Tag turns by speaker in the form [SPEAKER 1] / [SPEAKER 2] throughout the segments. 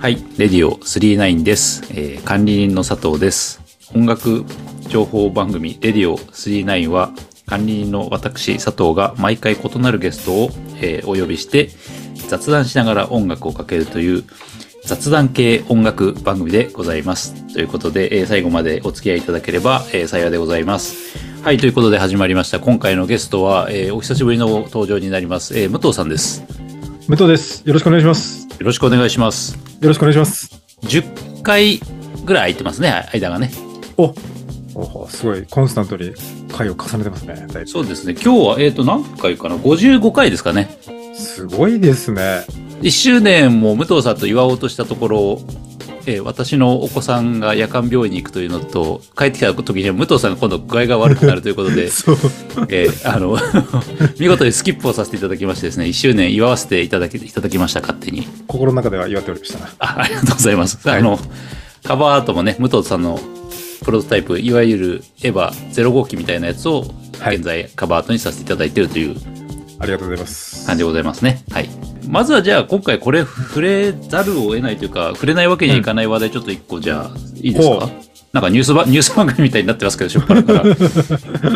[SPEAKER 1] はい、レディオ39です、えー管理人の佐藤です。音楽情報番組レディオ39は管理人の私佐藤が毎回異なるゲストを、えーお呼びして雑談しながら音楽をかけるという雑談系音楽番組でございます。ということで、えー最後までお付き合いいただければ、えー幸いでございます。はい、ということで始まりました。今回のゲストは、えーお久しぶりの登場になります、えー武藤さんです。よ
[SPEAKER 2] 武藤です。よろしくお願いします。
[SPEAKER 1] ろしくお願いします。
[SPEAKER 2] よろしくお願いします。
[SPEAKER 1] 10回ぐらい空いてますね、間がね。
[SPEAKER 2] おおすごい、コンスタントに回を重ねてますね。だいぶ
[SPEAKER 1] そうですね。今日は、えっ、と、何回かな ?55 回ですかね。
[SPEAKER 2] すごいですね。、
[SPEAKER 1] 1周年も武藤さんと祝おうとしたところ、えー私のお子さんが夜間病院に行くというのと、帰ってきた時には武藤さんが今度具合が悪くなるということで
[SPEAKER 2] そう。
[SPEAKER 1] えーあの、 見事にスキップをさせていただきましてですね、1周年祝わせていただき、いただきました、勝手に。
[SPEAKER 2] 心の中では祝っておりましたな。
[SPEAKER 1] あありがとうございます。あの、カバーアートもね、武藤さんのプロトタイプ、いわゆるエヴァ0号機みたいなやつを、
[SPEAKER 2] はい
[SPEAKER 1] 現在カバーアートにさせていただいているという
[SPEAKER 2] ありがとうございます。
[SPEAKER 1] 感じでございますね。はい。まずはじゃあ今回これ触れざるを得ないというか、触れないわけにはいかない話題ちょっと一個じゃあいいです
[SPEAKER 2] ほ
[SPEAKER 1] か
[SPEAKER 2] う
[SPEAKER 1] なんかニュースば、 ニュース番組みたいになってますけど、しょっぱな から。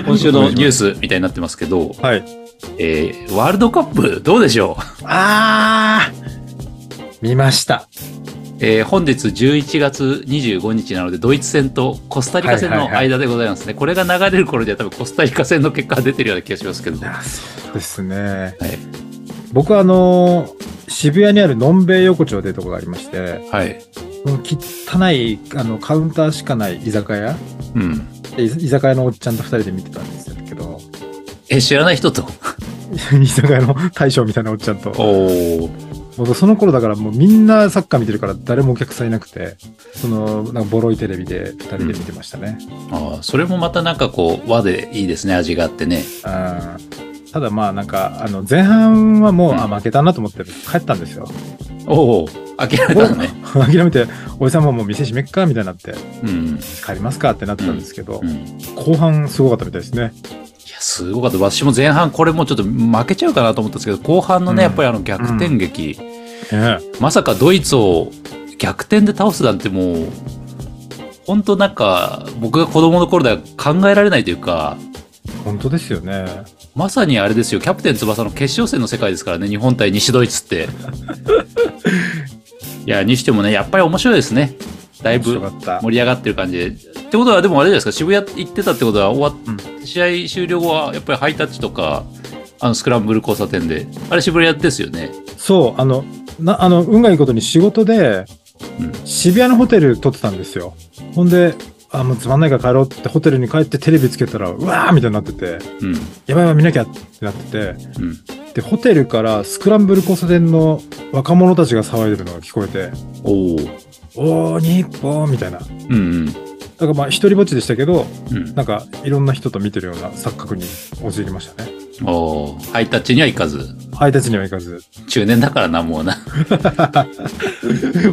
[SPEAKER 1] 今週のニュースみたいになってますけど、
[SPEAKER 2] はい。
[SPEAKER 1] えー、ワールドカップどうでしょう
[SPEAKER 2] あー見ました。
[SPEAKER 1] えー、本日11月25日なので、ドイツ戦とコスタリカ戦の間でございますね。これが流れる頃には多分コスタリカ戦の結果が出てるような気がしますけど。はい。
[SPEAKER 2] そうですね。僕はあのー渋谷にあるのんべい横丁というところがありまして、
[SPEAKER 1] はい。
[SPEAKER 2] その汚いあのカウンターしかない居酒屋
[SPEAKER 1] うん。
[SPEAKER 2] で居居酒屋のおっちゃんと二人で見てたんですけど、
[SPEAKER 1] え、知らない人と。
[SPEAKER 2] 居酒屋の大将みたいなおっちゃんと、
[SPEAKER 1] おお。
[SPEAKER 2] もうその頃だからもうみんなサッカー見てるから誰もお客さんいなくて、そのなんかボロいテレビで2人で見てましたね。
[SPEAKER 1] ああそれもまたなんかこう和でいいですね味があってね
[SPEAKER 2] うんただまあなんかあの前半はもう、
[SPEAKER 1] うん
[SPEAKER 2] あ負けたなと思って帰ったんですよ。
[SPEAKER 1] おお諦めたのね
[SPEAKER 2] 諦めて、おじさんももう店閉めっかみたいになって、
[SPEAKER 1] うん、
[SPEAKER 2] 帰りますかってなってたんですけど、
[SPEAKER 1] うん、い
[SPEAKER 2] 後半すごかったみたいですね。
[SPEAKER 1] やすごかった私も前半これもうちょっと負けちゃうかなと思ったんですけど後半のね、や
[SPEAKER 2] うん
[SPEAKER 1] っぱりあの逆転劇、
[SPEAKER 2] え
[SPEAKER 1] まさかドイツを逆転で倒すなんてもう本当なんか僕が子供の頃では考えられないというか
[SPEAKER 2] え本当ですよね。
[SPEAKER 1] まさにあれですよキャプテン翼の決勝戦の世界ですからね日本対西ドイツって いやにしてもねやっぱり面白いですねだいぶ
[SPEAKER 2] 面白かった
[SPEAKER 1] 盛。り上がってる感じで。ってことは、でもあれじゃないですか、渋谷行ってたってことは、終わっ試合終了後は、やっぱりハイタッチとか、あのスクランブル交差点で、あれ渋谷ですよね。
[SPEAKER 2] そう、あの、なあの運がいいことに仕事で、
[SPEAKER 1] うん
[SPEAKER 2] 渋谷のホテル撮ってたんですよ。ほんで、あ、もうつまんないから帰ろうってホテルに帰ってテレビつけたら、うわーみたいになってて、
[SPEAKER 1] うん。
[SPEAKER 2] やばいやばい見なきゃってなってて、
[SPEAKER 1] うん。
[SPEAKER 2] で、ホテルからスクランブル交差点の若者たちが騒いでるのが聞こえて、
[SPEAKER 1] おー
[SPEAKER 2] おー、日本みたいな。だか
[SPEAKER 1] うんうん。
[SPEAKER 2] らまあ、一人ぼっちでしたけど、
[SPEAKER 1] うん、
[SPEAKER 2] なんか、いろんな人と見てるような錯覚に陥りましたね。
[SPEAKER 1] おーハイタッチには行かず。
[SPEAKER 2] 配達には行かず、
[SPEAKER 1] 中年だからな、もうな。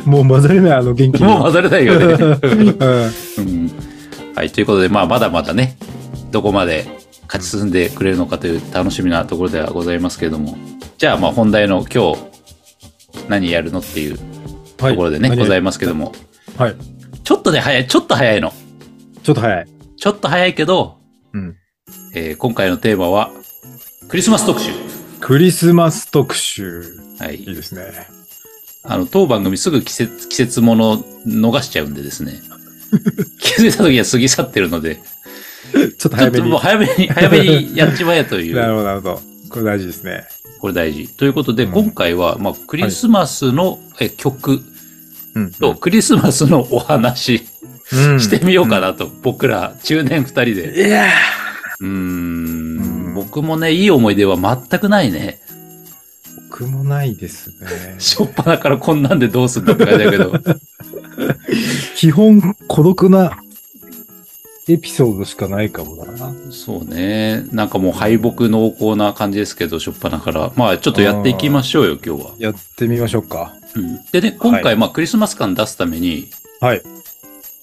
[SPEAKER 2] もう混ざれない、あの元気に。
[SPEAKER 1] もう混ざれないよね。
[SPEAKER 2] うん
[SPEAKER 1] うん。はい、ということで、まあ、まだまだね、どこまで勝ち進んでくれるのかという楽しみなところではございますけれども。じゃあ、まあ、本題の今日、何やるのっていう
[SPEAKER 2] はい
[SPEAKER 1] ところでね、ござい
[SPEAKER 2] ま
[SPEAKER 1] ますけども。
[SPEAKER 2] す。はい。
[SPEAKER 1] ちょっとね、早い、ちょっと早いの。
[SPEAKER 2] ちょっと早い。
[SPEAKER 1] ちょっと早いけど、
[SPEAKER 2] うん。
[SPEAKER 1] えー今回のテーマは、クリスマス特集。
[SPEAKER 2] クリスマス特集。
[SPEAKER 1] はい
[SPEAKER 2] い
[SPEAKER 1] い。
[SPEAKER 2] ですね。
[SPEAKER 1] あの、当番組すぐ季節、季節もの逃しちゃうんでですね。 気づいた時は過ぎ去ってるので、
[SPEAKER 2] ちょっと
[SPEAKER 1] ちょ
[SPEAKER 2] 早
[SPEAKER 1] っ
[SPEAKER 2] め
[SPEAKER 1] と
[SPEAKER 2] に。
[SPEAKER 1] もう
[SPEAKER 2] な
[SPEAKER 1] 早めに、 早めにやっちまえとい
[SPEAKER 2] る
[SPEAKER 1] う、
[SPEAKER 2] ほど、なるほど。これ大事ですね。
[SPEAKER 1] これ大事。ということで、
[SPEAKER 2] うん
[SPEAKER 1] 今回は、まあ、クリスマスの、え曲
[SPEAKER 2] うん。
[SPEAKER 1] と、クリスマスのお話
[SPEAKER 2] うん
[SPEAKER 1] してみようか。なと、僕ら中年二人で。
[SPEAKER 2] いや
[SPEAKER 1] うーん
[SPEAKER 2] うん
[SPEAKER 1] 僕もね、いい思い出は全くないね。。
[SPEAKER 2] 僕もないですね
[SPEAKER 1] しょっぱなからこんなんでどうすんだって感じだけど。
[SPEAKER 2] 基本、孤独なエピソードしかないかもな。
[SPEAKER 1] そうね。なんかもう敗北濃厚な感じですけど、しょっぱなから。まあちょっとやっていきましょうよ、今日は。
[SPEAKER 2] やってみましょうか。
[SPEAKER 1] うんでね、今
[SPEAKER 2] は
[SPEAKER 1] 回まあクリスマス感出すために、
[SPEAKER 2] はい。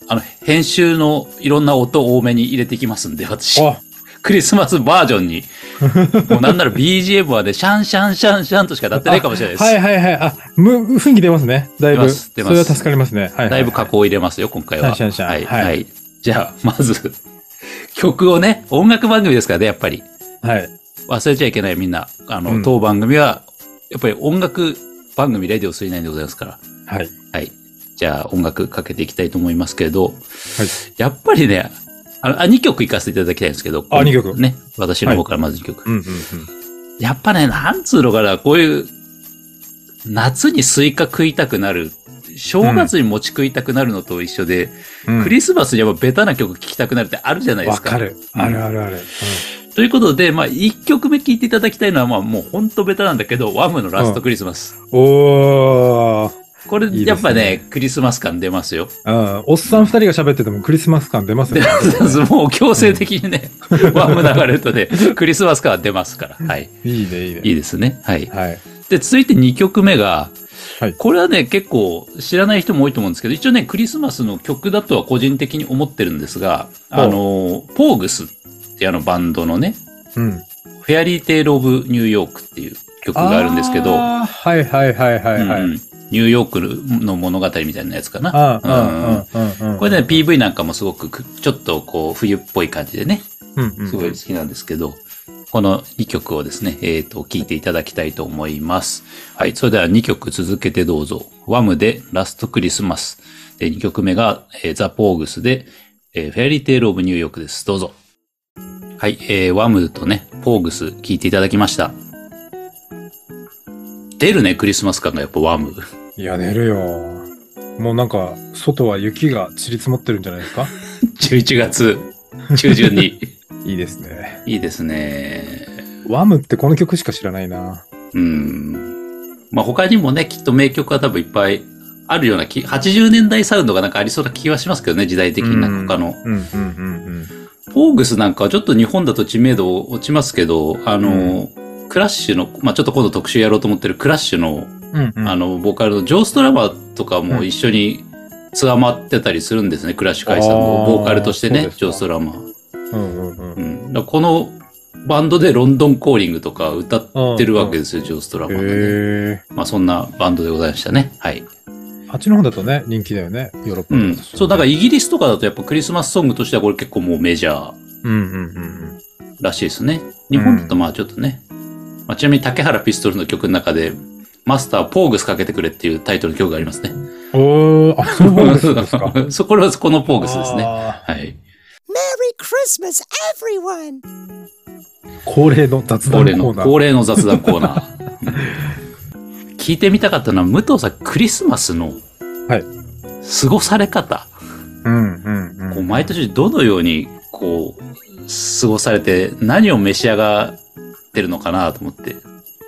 [SPEAKER 1] あの、編集のいろんな音多めに入れてきますんで、私。
[SPEAKER 2] あ、
[SPEAKER 1] クリスマスバージョンに、もうなんなら BGM はね、シャンシャンシャンシャンとしかなってないかもしれないです。
[SPEAKER 2] はいはいはい。あ、む、雰囲気出ますね。だいぶ。
[SPEAKER 1] 出ます
[SPEAKER 2] そ
[SPEAKER 1] 出
[SPEAKER 2] れ
[SPEAKER 1] ます
[SPEAKER 2] は助かりますね。はいはいはい、
[SPEAKER 1] だいぶ加工入れますよ、今回は。
[SPEAKER 2] シャンシャンシャン
[SPEAKER 1] はい。
[SPEAKER 2] はい
[SPEAKER 1] はい。じゃあ、まず、曲をね、音楽番組ですからね、やっぱり。
[SPEAKER 2] はい。
[SPEAKER 1] 忘れちゃいけない、みんな。あの、
[SPEAKER 2] うん
[SPEAKER 1] 当番組は、やっぱり音楽番組、レディオスリナインでございますから。
[SPEAKER 2] はい。
[SPEAKER 1] はい。じゃあ、音楽かけていきたいと思いますけれど、
[SPEAKER 2] はい。
[SPEAKER 1] やっぱりね、あの、あ2曲いかせていただきたいんですけど。
[SPEAKER 2] あ二曲
[SPEAKER 1] ね。私の方からまず2曲。
[SPEAKER 2] うんうんうん。
[SPEAKER 1] やっぱね、なんつうのかな、こういう、夏にスイカ食いたくなる、正月に餅食いたくなるのと一緒で、
[SPEAKER 2] うん
[SPEAKER 1] クリスマスにやっぱベタな曲聴きたくなるってあるじゃないで
[SPEAKER 2] わ
[SPEAKER 1] すか。
[SPEAKER 2] かる。
[SPEAKER 1] うん
[SPEAKER 2] あるあるある。
[SPEAKER 1] ということで、まあ、1曲目聴いていただきたいのは、まあ、もうほんとベタなんだけど、ワムのラストクリスマス。
[SPEAKER 2] うん、おー。
[SPEAKER 1] これ、
[SPEAKER 2] いいですね
[SPEAKER 1] やっぱねクリスマス感出ますよ。
[SPEAKER 2] うん。おっさん二人が喋っててもクリスマス感出ます
[SPEAKER 1] 出
[SPEAKER 2] ね。
[SPEAKER 1] ますもう強制的にね、 ワム流れるとね、クリスマス感は出ますから。はい。
[SPEAKER 2] いいね、いいね。
[SPEAKER 1] いいですね。はい。
[SPEAKER 2] はい。
[SPEAKER 1] で、続いて2曲目が、
[SPEAKER 2] はい
[SPEAKER 1] これはね、結構知らない人も多いと思うんですけど、一応ね、クリスマスの曲だとは個人的に思ってるんですが、あの、ポーグスっていうあのバンドのね、
[SPEAKER 2] うん。
[SPEAKER 1] フェアリーテイル・オブ・ニューヨークっていう曲があるんですけど、
[SPEAKER 2] あーはいはいはいはいはい。
[SPEAKER 1] うんニューヨークの物語みたいなやつかな。
[SPEAKER 2] ああ、うんうんうんうん。
[SPEAKER 1] これね、PV なんかもすごくく、ちょっとこう、冬っぽい感じでね、
[SPEAKER 2] うんうん、
[SPEAKER 1] すごい好きなんですけど、この2曲をですね、えっ、と、聴いていただきたいと思います。はい、それでは2曲続けてどうぞ。ワムでラストクリスマス。で、2曲目が、えーザ・ポーグスで、えーフェアリー・テイル・オブ・ニューヨークです。どうぞ。はい、えー、ワムとね、ポーグス聴いていただきました。出るね、クリスマス感がやっぱワム。
[SPEAKER 2] いや、寝るよ。もうなんか、外は雪が散り積もってるんじゃないですか
[SPEAKER 1] 11月中旬に。
[SPEAKER 2] いいですね。
[SPEAKER 1] いいですね。
[SPEAKER 2] ワムってこの曲しか知らないな。
[SPEAKER 1] うん。まあ他にもね、きっと名曲は多分いっぱいあるような気、80年代サウンドがなんかありそうな気はしますけどね、時代的になんか他の。
[SPEAKER 2] うんうんうん
[SPEAKER 1] ポーグスなんかはちょっと日本だと知名度落ちますけど、あの、クラッシュの、まあちょっと今度特集やろうと思ってるクラッシュの、
[SPEAKER 2] うん。うんうん、
[SPEAKER 1] あの、ボーカルのジョーストラバーとかも一緒にツアー回ってたりするんですね、クラッシュ解散の
[SPEAKER 2] あー
[SPEAKER 1] ボーカルとして
[SPEAKER 2] そう
[SPEAKER 1] ね
[SPEAKER 2] で、すか
[SPEAKER 1] ジョーストラバー。
[SPEAKER 2] うんうんう。
[SPEAKER 1] うんん、だからこのバンドでロンドンコーリングとか歌ってるわけですよ、ジョーストラバーがね、
[SPEAKER 2] へえ。
[SPEAKER 1] まあそんなバンドでございましたね。はい。
[SPEAKER 2] あっちの方だとね、人気だよね。ヨーロッパ
[SPEAKER 1] う
[SPEAKER 2] の
[SPEAKER 1] ん。そう、だからイギリスとかだとやっぱクリスマスソングとしてはこれ結構もうメジャー
[SPEAKER 2] うんうんうん
[SPEAKER 1] らしいですね。日本だとまあちょっとね。まあ、ちなみに竹原ピストルの曲の中で、マスターポーグスかけてくれっていうタイトルの曲がありますね。
[SPEAKER 2] うん。おー、あ、そうなんで すか。
[SPEAKER 1] そこはこのポーグスですね。
[SPEAKER 2] あ
[SPEAKER 1] はい。
[SPEAKER 3] Merry Christmas, everyone!
[SPEAKER 2] ー恒例の雑
[SPEAKER 1] 恒
[SPEAKER 2] 談
[SPEAKER 1] 例
[SPEAKER 2] コ
[SPEAKER 1] の、
[SPEAKER 2] ーナー。
[SPEAKER 1] 恒例の雑談コーナ ー。うん聞いてみたかったのは、武藤さん、クリスマスの、
[SPEAKER 2] はい
[SPEAKER 1] 過ごされ方。
[SPEAKER 2] うんうん
[SPEAKER 1] こ
[SPEAKER 2] う。
[SPEAKER 1] うん毎年どのように、こう、過ごされて、何を召し上がってるのかなと思って。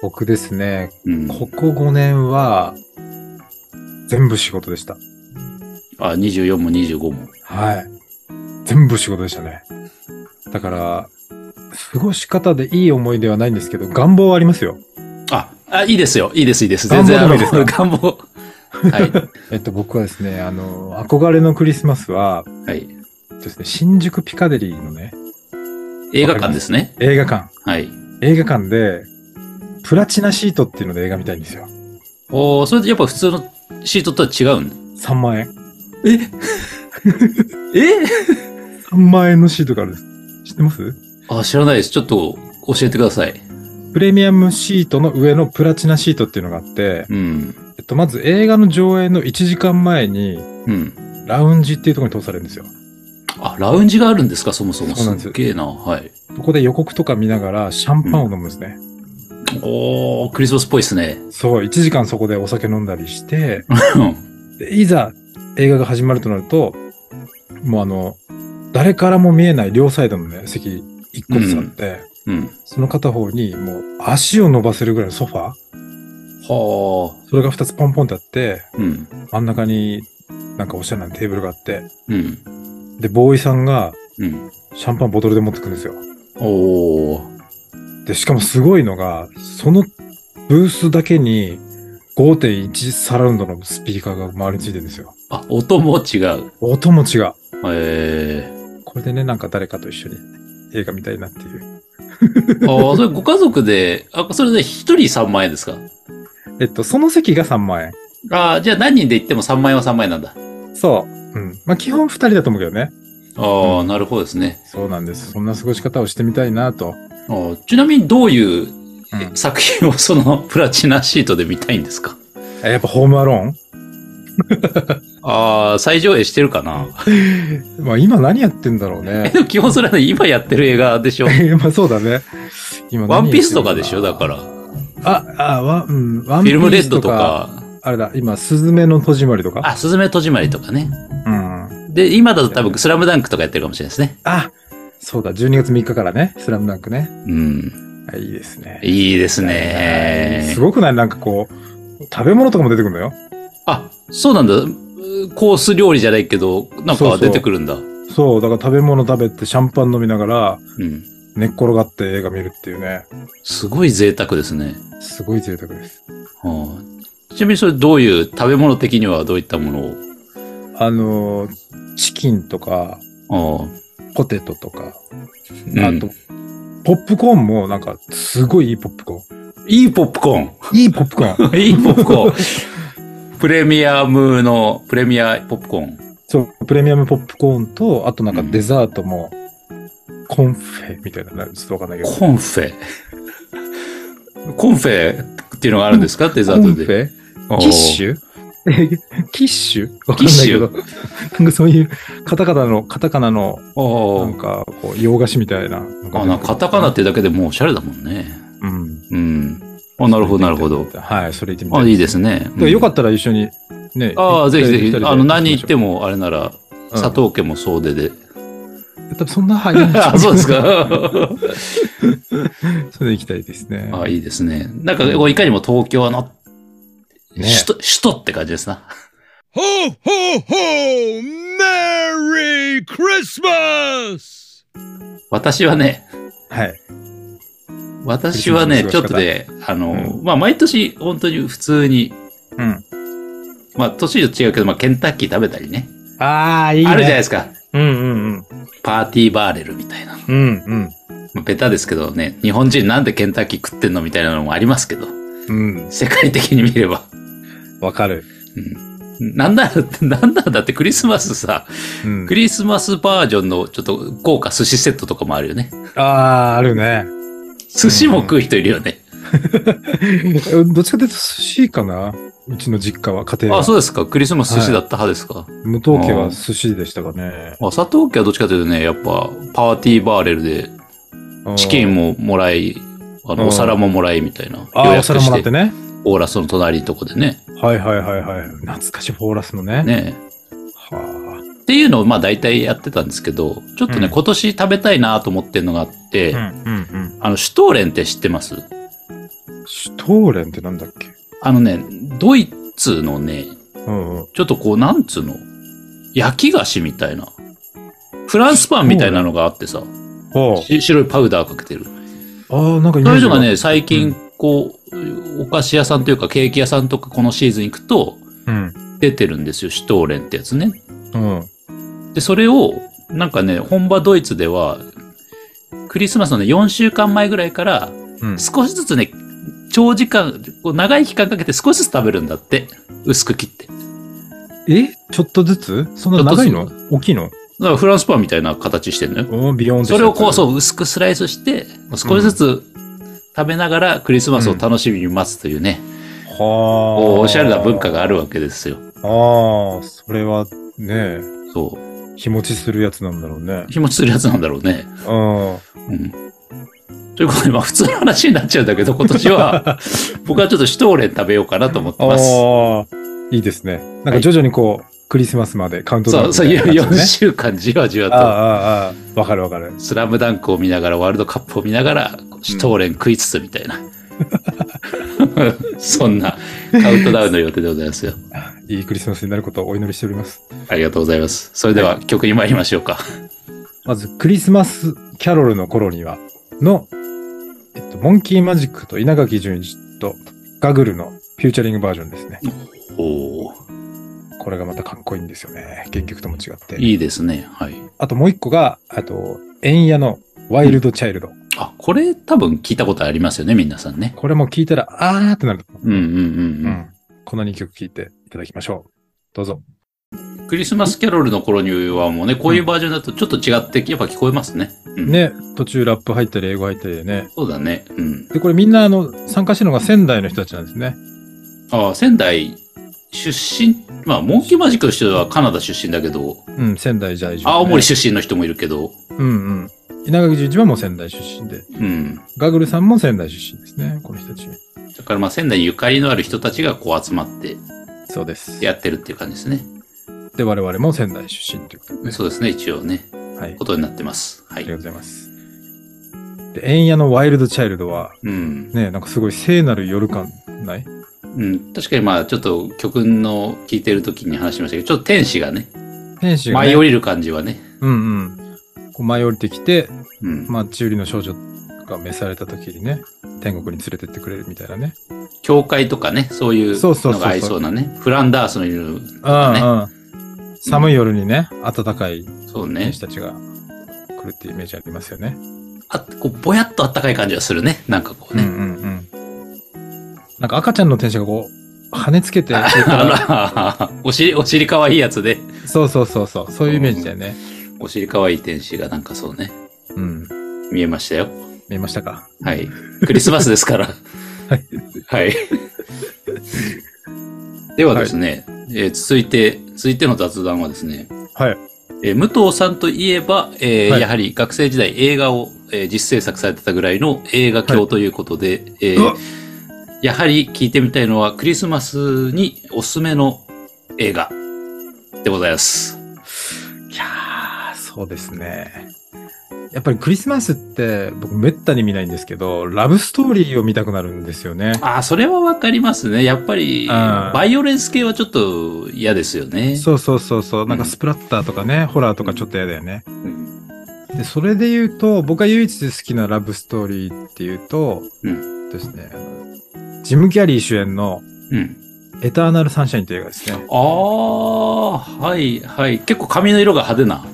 [SPEAKER 2] 僕ですね、
[SPEAKER 1] うん。
[SPEAKER 2] ここ5年は、全部仕事でした。
[SPEAKER 1] あ、24も25も。
[SPEAKER 2] はい。全部仕事でしたね。だから、過ごし方でいい思い出はないんですけど、願望はありますよ。
[SPEAKER 1] あ、あ、いいですよ。いいです、いいです。
[SPEAKER 2] 願
[SPEAKER 1] 全
[SPEAKER 2] 望
[SPEAKER 1] 然、
[SPEAKER 2] で
[SPEAKER 1] あ
[SPEAKER 2] も
[SPEAKER 1] の、
[SPEAKER 2] いいですか
[SPEAKER 1] 願望。は
[SPEAKER 2] えっと、僕はですね、あの、憧れのクリスマスは、
[SPEAKER 1] い。はい。
[SPEAKER 2] ですね、新宿ピカデリーのね、
[SPEAKER 1] 映画館ですね。
[SPEAKER 2] 映画館、
[SPEAKER 1] はい。
[SPEAKER 2] 映画館で、プラチナシートっていうので映画見たいんですよ。
[SPEAKER 1] おーそれでやっぱ普通のシートとは違うん
[SPEAKER 2] 3万円。
[SPEAKER 1] ええ
[SPEAKER 2] 3万円のシートがあるんです。知ってます
[SPEAKER 1] あ、知らないです。ちょっと教えてください。
[SPEAKER 2] プレミアムシートの上のプラチナシートっていうのがあって、
[SPEAKER 1] うん。
[SPEAKER 2] えっと、まず映画の上映の1時間前に、
[SPEAKER 1] うん。
[SPEAKER 2] ラウンジっていうところに通されるんですよ。
[SPEAKER 1] あ、ラウンジがあるんですかそもそも。
[SPEAKER 2] そうなんです
[SPEAKER 1] すっげえな。はい。
[SPEAKER 2] そこで予告とか見ながらシャンパンを飲むんですね。
[SPEAKER 1] おー、クリスマスっぽいですね。
[SPEAKER 2] そう、1時間そこでお酒飲んだりして、
[SPEAKER 1] うん
[SPEAKER 2] でいざ映画が始まるとなると、もうあの、誰からも見えない両サイドのね、席一個ずつあって、
[SPEAKER 1] うん。
[SPEAKER 2] その片方にもう足を伸ばせるぐらいのソファー、
[SPEAKER 1] は
[SPEAKER 2] それが2つポンポンってあって、
[SPEAKER 1] ー。うん。
[SPEAKER 2] 真ん中になんかおしゃれなテーブルがあって、
[SPEAKER 1] うん。
[SPEAKER 2] で、ボーイさんが
[SPEAKER 1] うん。
[SPEAKER 2] シャンパンボトルで持ってくんですよ。
[SPEAKER 1] おー。
[SPEAKER 2] で、しかもすごいのが、そのブースだけに5.1サラウンドのスピーカーが周りについてるんですよ。
[SPEAKER 1] あ、音も違う。
[SPEAKER 2] 音も違う。
[SPEAKER 1] えー。
[SPEAKER 2] これでね、なんか誰かと一緒に映画みたいなっていう。
[SPEAKER 1] ああ、それご家族で、あ、それで一人3万円ですか
[SPEAKER 2] えっと、その席が3万円。
[SPEAKER 1] ああ、じゃあ何人で行っても3万円は3万円なんだ。
[SPEAKER 2] そう。うん。まあ、基本2人だと思うけどね。
[SPEAKER 1] あ
[SPEAKER 2] う
[SPEAKER 1] あ、なるほどですね。
[SPEAKER 2] そうなんです。そんな過ごし方をしてみたいなと。
[SPEAKER 1] あーちなみにどういう
[SPEAKER 2] うん
[SPEAKER 1] 作品をそのプラチナシートで見たいんですか
[SPEAKER 2] えやっぱホームアローン
[SPEAKER 1] ああ、最上映してるかな、
[SPEAKER 2] まあ今何やってんだろう
[SPEAKER 1] え、
[SPEAKER 2] ね。
[SPEAKER 1] でも基本それは今やってる映画でしょ
[SPEAKER 2] まあそうだね。今
[SPEAKER 1] ワ
[SPEAKER 2] 何
[SPEAKER 1] ンピースとかでし
[SPEAKER 2] や
[SPEAKER 1] ょだ
[SPEAKER 2] ってる
[SPEAKER 1] から。
[SPEAKER 2] な。あ、あ、ワン、うん、ワ
[SPEAKER 1] フィ
[SPEAKER 2] ンピ
[SPEAKER 1] ルムレ
[SPEAKER 2] ー
[SPEAKER 1] ッ
[SPEAKER 2] ス
[SPEAKER 1] ド
[SPEAKER 2] と
[SPEAKER 1] と
[SPEAKER 2] か、
[SPEAKER 1] か、
[SPEAKER 2] あれだ、今、スズメの戸締まりとか。
[SPEAKER 1] あ、スズメ戸締まりとかね。
[SPEAKER 2] うん。
[SPEAKER 1] で、今だと多分スラムダンクとかやってるかもしれないですね。
[SPEAKER 2] あ、そうだ、12月3日からね、スラムダンクね。
[SPEAKER 1] うん。
[SPEAKER 2] あいいですね。
[SPEAKER 1] いいです
[SPEAKER 2] はい
[SPEAKER 1] ね
[SPEAKER 2] す。ごくないなんかこう、食べ物とかも出てくるのよ。
[SPEAKER 1] あ、そうなんだ。コース料理じゃないけど、なん
[SPEAKER 2] そう
[SPEAKER 1] か
[SPEAKER 2] そう
[SPEAKER 1] 出てくるんだ。う
[SPEAKER 2] そう、だから食べ物食べてシャンパン飲みながら、
[SPEAKER 1] ん。
[SPEAKER 2] 寝っ転がって映画見るっていうね。
[SPEAKER 1] すごい贅沢ですね。
[SPEAKER 2] すごい贅沢です。
[SPEAKER 1] はあ、ちなみにそれどういう、食べ物的にはどういったも
[SPEAKER 2] あのー、チキンとか、
[SPEAKER 1] のを。ああ。
[SPEAKER 2] ポテトとか、
[SPEAKER 1] うん
[SPEAKER 2] あと、ポップコーンもなんか、すごいいいポップコー
[SPEAKER 1] いいポップコー
[SPEAKER 2] ン。いいポップコーン。
[SPEAKER 1] ン。 いいポップコーン。プレミアムの、プレミアポップコーン。
[SPEAKER 2] そう、プレミアムポップコーンと、あとなんかデザートも、コンフェみたいな、ちょっとわかんないけど。
[SPEAKER 1] コンフェ。コンフェっていうのがあるんですかデザートで。
[SPEAKER 2] ェ
[SPEAKER 1] おー
[SPEAKER 2] キッシュ キッシュわかんないけど。
[SPEAKER 1] キ
[SPEAKER 2] なんかそういう、カタカナの、カタカナの、
[SPEAKER 1] お
[SPEAKER 2] なん
[SPEAKER 1] ー
[SPEAKER 2] か、こう、洋菓子みたいな。
[SPEAKER 1] あなんかカタカナってだけでもうおしゃれだもんね。
[SPEAKER 2] うん。
[SPEAKER 1] うん。あ、なるほど、なるほど。
[SPEAKER 2] はい、それ行ってみ
[SPEAKER 1] あ、
[SPEAKER 2] たい。
[SPEAKER 1] いいですね。
[SPEAKER 2] でよか
[SPEAKER 1] っ
[SPEAKER 2] ったら一緒に、ね。
[SPEAKER 1] ああ、ぜひぜひ。あの、何言って
[SPEAKER 2] も、
[SPEAKER 1] もあれなら、
[SPEAKER 2] うん
[SPEAKER 1] 佐。藤家も総出で。
[SPEAKER 2] 多分そんな早いんじゃない
[SPEAKER 1] あ、そうですか。
[SPEAKER 2] それで行きたいですね。
[SPEAKER 1] あ、いいですね。なんか、こういかにも東京の、
[SPEAKER 2] ね
[SPEAKER 1] 首都、首都って感じですな。
[SPEAKER 4] Ho, ho, ho! Merry Christmas!
[SPEAKER 1] 私はね、
[SPEAKER 2] はい。
[SPEAKER 1] 私はね、
[SPEAKER 2] クリ
[SPEAKER 1] ち
[SPEAKER 2] ス
[SPEAKER 1] ょ
[SPEAKER 2] マ
[SPEAKER 1] っ
[SPEAKER 2] スの過ごし方
[SPEAKER 1] とね、あの、
[SPEAKER 2] う
[SPEAKER 1] まあ、毎年、本当に普通に、
[SPEAKER 2] うん。
[SPEAKER 1] まあ、年と違うけど、まあ、ケンタッキー食べたりね。
[SPEAKER 2] ああ、いいね。
[SPEAKER 1] あるじゃないですか。
[SPEAKER 2] うんうん
[SPEAKER 1] パーティーバーレルみたいな。
[SPEAKER 2] うん。うん
[SPEAKER 1] まあ、ベタですけどね、日本人なんでケンタッキー食ってんのみたいなのもありますけど、
[SPEAKER 2] うん。う
[SPEAKER 1] 世界的に見れば。
[SPEAKER 2] ん。わかる。
[SPEAKER 1] うん。なんだ、なんだ、だってクリスマスさ、
[SPEAKER 2] うん
[SPEAKER 1] ク。リスマスバージョンのちょっと豪華寿司セットとかもあるよね。
[SPEAKER 2] ああー、あるね。
[SPEAKER 1] 寿司も食う人いるよね。
[SPEAKER 2] どっちかというと寿司かなうちの実家は、家庭は。
[SPEAKER 1] あ、そうですか。クリスマス寿司だった派ですか。
[SPEAKER 2] 無糖家は寿司でしたかね。
[SPEAKER 1] あ、佐藤家はどっちかというとね、やっぱパーティーバーレルでチキン
[SPEAKER 2] も。
[SPEAKER 1] ももらい、あ
[SPEAKER 2] う
[SPEAKER 1] の、
[SPEAKER 2] ん
[SPEAKER 1] お皿ももらいみたいな。
[SPEAKER 2] あ
[SPEAKER 1] 予
[SPEAKER 2] あ、お
[SPEAKER 1] 約
[SPEAKER 2] 皿もらってね。
[SPEAKER 1] オーラスの隣のとこでね。
[SPEAKER 2] はいはいはいはい。懐かしいフォーラスのね。
[SPEAKER 1] ね。
[SPEAKER 2] は
[SPEAKER 1] っていうのをまあ大体やってたんですけど、ちょっとね、
[SPEAKER 2] うん
[SPEAKER 1] 今年食べたいなと思ってるのがあって、
[SPEAKER 2] あ。うんうん
[SPEAKER 1] あの、シュトーレンって知ってます
[SPEAKER 2] うん。シュトーレンってなんだっけ
[SPEAKER 1] あのね、ドイツのね、
[SPEAKER 2] うんうん。
[SPEAKER 1] ちょっとこう、なんつうの焼き菓子みたいな。フランスパンみたいなのがあってさ、
[SPEAKER 2] おう
[SPEAKER 1] し白いパウダーかけてる。
[SPEAKER 2] ああ、なんかイ
[SPEAKER 1] そ
[SPEAKER 2] メー
[SPEAKER 1] れ以
[SPEAKER 2] ジ
[SPEAKER 1] 上
[SPEAKER 2] が
[SPEAKER 1] がね、最近、こう、お菓子屋さんというかケーキ屋さんとかこのシーズン行くと
[SPEAKER 2] うん。
[SPEAKER 1] 出てるんですよ、シュトーレンってやつね。
[SPEAKER 2] うん。
[SPEAKER 1] で、それを、なんかね、本場ドイツでは、クリスマスのね、4週間前ぐらいから、
[SPEAKER 2] うん。
[SPEAKER 1] 少しずつね、長時間、こう長い期間かけて少しずつ食べるんだって。薄く切って。だ
[SPEAKER 2] えちょっとずつそんな長いの
[SPEAKER 1] ち
[SPEAKER 2] 大きいの
[SPEAKER 1] からフランスパンみたいな形してるのよ。
[SPEAKER 2] おービヨーンってした
[SPEAKER 1] そ
[SPEAKER 2] やつ
[SPEAKER 1] れをこう、そう、薄くスライスして、少しずつ食べながらクリスマスを楽しみに待つというね、
[SPEAKER 2] はあ。
[SPEAKER 1] こうおしゃれな文化があるわけですよ。
[SPEAKER 2] ああ、それはね、
[SPEAKER 1] そう。
[SPEAKER 2] 日持ちするやつなんだろうね。
[SPEAKER 1] 日持ちするやつなんだろうね。
[SPEAKER 2] うん。
[SPEAKER 1] うん。ということで、まあ普通の話になっちゃうんだ けど、今年は、僕はちょっとシュトーレン食べようかなと思ってます。
[SPEAKER 2] ああ、いいですね。なんか徐々にこう、クリスマスまでカウントダウ
[SPEAKER 1] そ
[SPEAKER 2] ン
[SPEAKER 1] う、
[SPEAKER 2] みた
[SPEAKER 1] そう
[SPEAKER 2] い
[SPEAKER 1] いう
[SPEAKER 2] なやつね。
[SPEAKER 1] 4週間じわじわ
[SPEAKER 2] ああ、
[SPEAKER 1] と、
[SPEAKER 2] ああ、ああ、わかるわかる。
[SPEAKER 1] スラムダンクを見ながら、ワールドカップを見ながら、シュトーレン食いつつみたい な。そんなカウントダウンの予定でございますよ。
[SPEAKER 2] いいクリスマスになることをお祈りしております。
[SPEAKER 1] ありがとうございます。それでは曲に参りましょうか。
[SPEAKER 2] まず、クリスマスキャロルの頃には、の、えっと、モンキーマジックと稲垣淳一とガグルのフューチャリングバージョンですね。
[SPEAKER 1] おお、
[SPEAKER 2] これがまたかっこいいんですよね。原曲とも違って。
[SPEAKER 1] いいですね。はい。
[SPEAKER 2] あともう一個が、あと、円屋のワイルドチャイルド。
[SPEAKER 1] あ、これ多分聞いたことありますよね、皆さんね。
[SPEAKER 2] これも聞いたら、あーってなると思
[SPEAKER 1] うんうん
[SPEAKER 2] う。
[SPEAKER 1] う
[SPEAKER 2] うんん。この2曲聞いていただきましょう。どうぞ。
[SPEAKER 1] うん。クリスマスキャロルの頃にはもうね、こういうバージョンだとちょっと違って、やっぱ聞こえますね。うん、。
[SPEAKER 2] ね、途中ラップ入ったり、英語入ったりでね。
[SPEAKER 1] そうだね。うん。
[SPEAKER 2] で、これみんな、あの、参加してるのが仙台の人たちなんですね。
[SPEAKER 1] ああ、仙台出身、まあ、モンキーマジックの人はカナダ出身だけど、
[SPEAKER 2] うん、仙台在住、
[SPEAKER 1] 青森。出身の人もいるけど、
[SPEAKER 2] うんうん。稲垣純一はもう仙台出身で、
[SPEAKER 1] うん。
[SPEAKER 2] ガグルさんも仙台出身ですね、この人たち。
[SPEAKER 1] だからまあ、仙台にゆかりのある人たちがこう集まって
[SPEAKER 2] そうです。
[SPEAKER 1] やってるっていう感じですね。
[SPEAKER 2] で、我々も仙台出身ということで、ね。
[SPEAKER 1] そうですね、一応ね、
[SPEAKER 2] はい。
[SPEAKER 1] ことになってます。は
[SPEAKER 2] あ
[SPEAKER 1] い
[SPEAKER 2] りがとう。ございます。で、円谷のワイルドチャイルドは、
[SPEAKER 1] うん。
[SPEAKER 2] ね、なんかすごい聖なる夜感ない
[SPEAKER 1] うん、確かにまあちょっと曲の聴いてる時に話しましたけど、ちょっと天使がね、
[SPEAKER 2] 天使が、ね、
[SPEAKER 1] 舞い降りる感じはね。
[SPEAKER 2] うんうん。こう舞い降りてきて、
[SPEAKER 1] うん。
[SPEAKER 2] まあ、千売りの少女が召された時にね、天国に連れてってくれるみたいなね。
[SPEAKER 1] 教会とかね、そういう
[SPEAKER 2] そうそうそうそ
[SPEAKER 1] の
[SPEAKER 2] う
[SPEAKER 1] が合いそうなね。フランダースのいる、
[SPEAKER 2] うんうん。寒い夜にね、暖かい
[SPEAKER 1] そう
[SPEAKER 2] 天
[SPEAKER 1] ね
[SPEAKER 2] 使。たちが来るっていうイメージありますよね。
[SPEAKER 1] あこうぼやっとあったかい感じがするね。なんかこう
[SPEAKER 2] うんう
[SPEAKER 1] ね。
[SPEAKER 2] んうん。なんか赤ちゃんの天使がこう、跳ねつ けて、上から
[SPEAKER 1] あら、お尻、お尻かわいいやつで、
[SPEAKER 2] そうそうそうそう、そういうイメージだよね。
[SPEAKER 1] お尻かわいい天使がなんかそうね、
[SPEAKER 2] うん。
[SPEAKER 1] 見えましたよ。
[SPEAKER 2] 見えましたか
[SPEAKER 1] はい。クリスマスですから。はい。はい。ではですね、えー続いて、続いての雑談はですね、
[SPEAKER 2] はい。
[SPEAKER 1] えー武藤さんといえば、えー
[SPEAKER 2] はい
[SPEAKER 1] やはり学生時代映画を、えー実制作されてたぐらいの映画教ということで、えー
[SPEAKER 2] うわ
[SPEAKER 1] やはり聞いてみたいのはクリスマスにおすすめの映画でございます。
[SPEAKER 2] いやー、そうですね。やっぱりクリスマスって僕めったに見ないんですけど、ラブストーリーを見たくなるんですよね。
[SPEAKER 1] ああ、それはわかりますね。やっぱり、
[SPEAKER 2] あー
[SPEAKER 1] バイオレンス系はちょっと嫌ですよね。
[SPEAKER 2] そうそうそうそう、なんかスプラッターとかね、ホラーとかちょっと嫌だよね。
[SPEAKER 1] うん。
[SPEAKER 2] で、それで言うと、僕が唯一好きなラブストーリーっていうと、
[SPEAKER 1] う
[SPEAKER 2] ですね、あのジム・キャリー主演の
[SPEAKER 1] うん。
[SPEAKER 2] エターナル・サンシャインという映画ですね。
[SPEAKER 1] ああ、はい、はい。結構髪の色が派手な。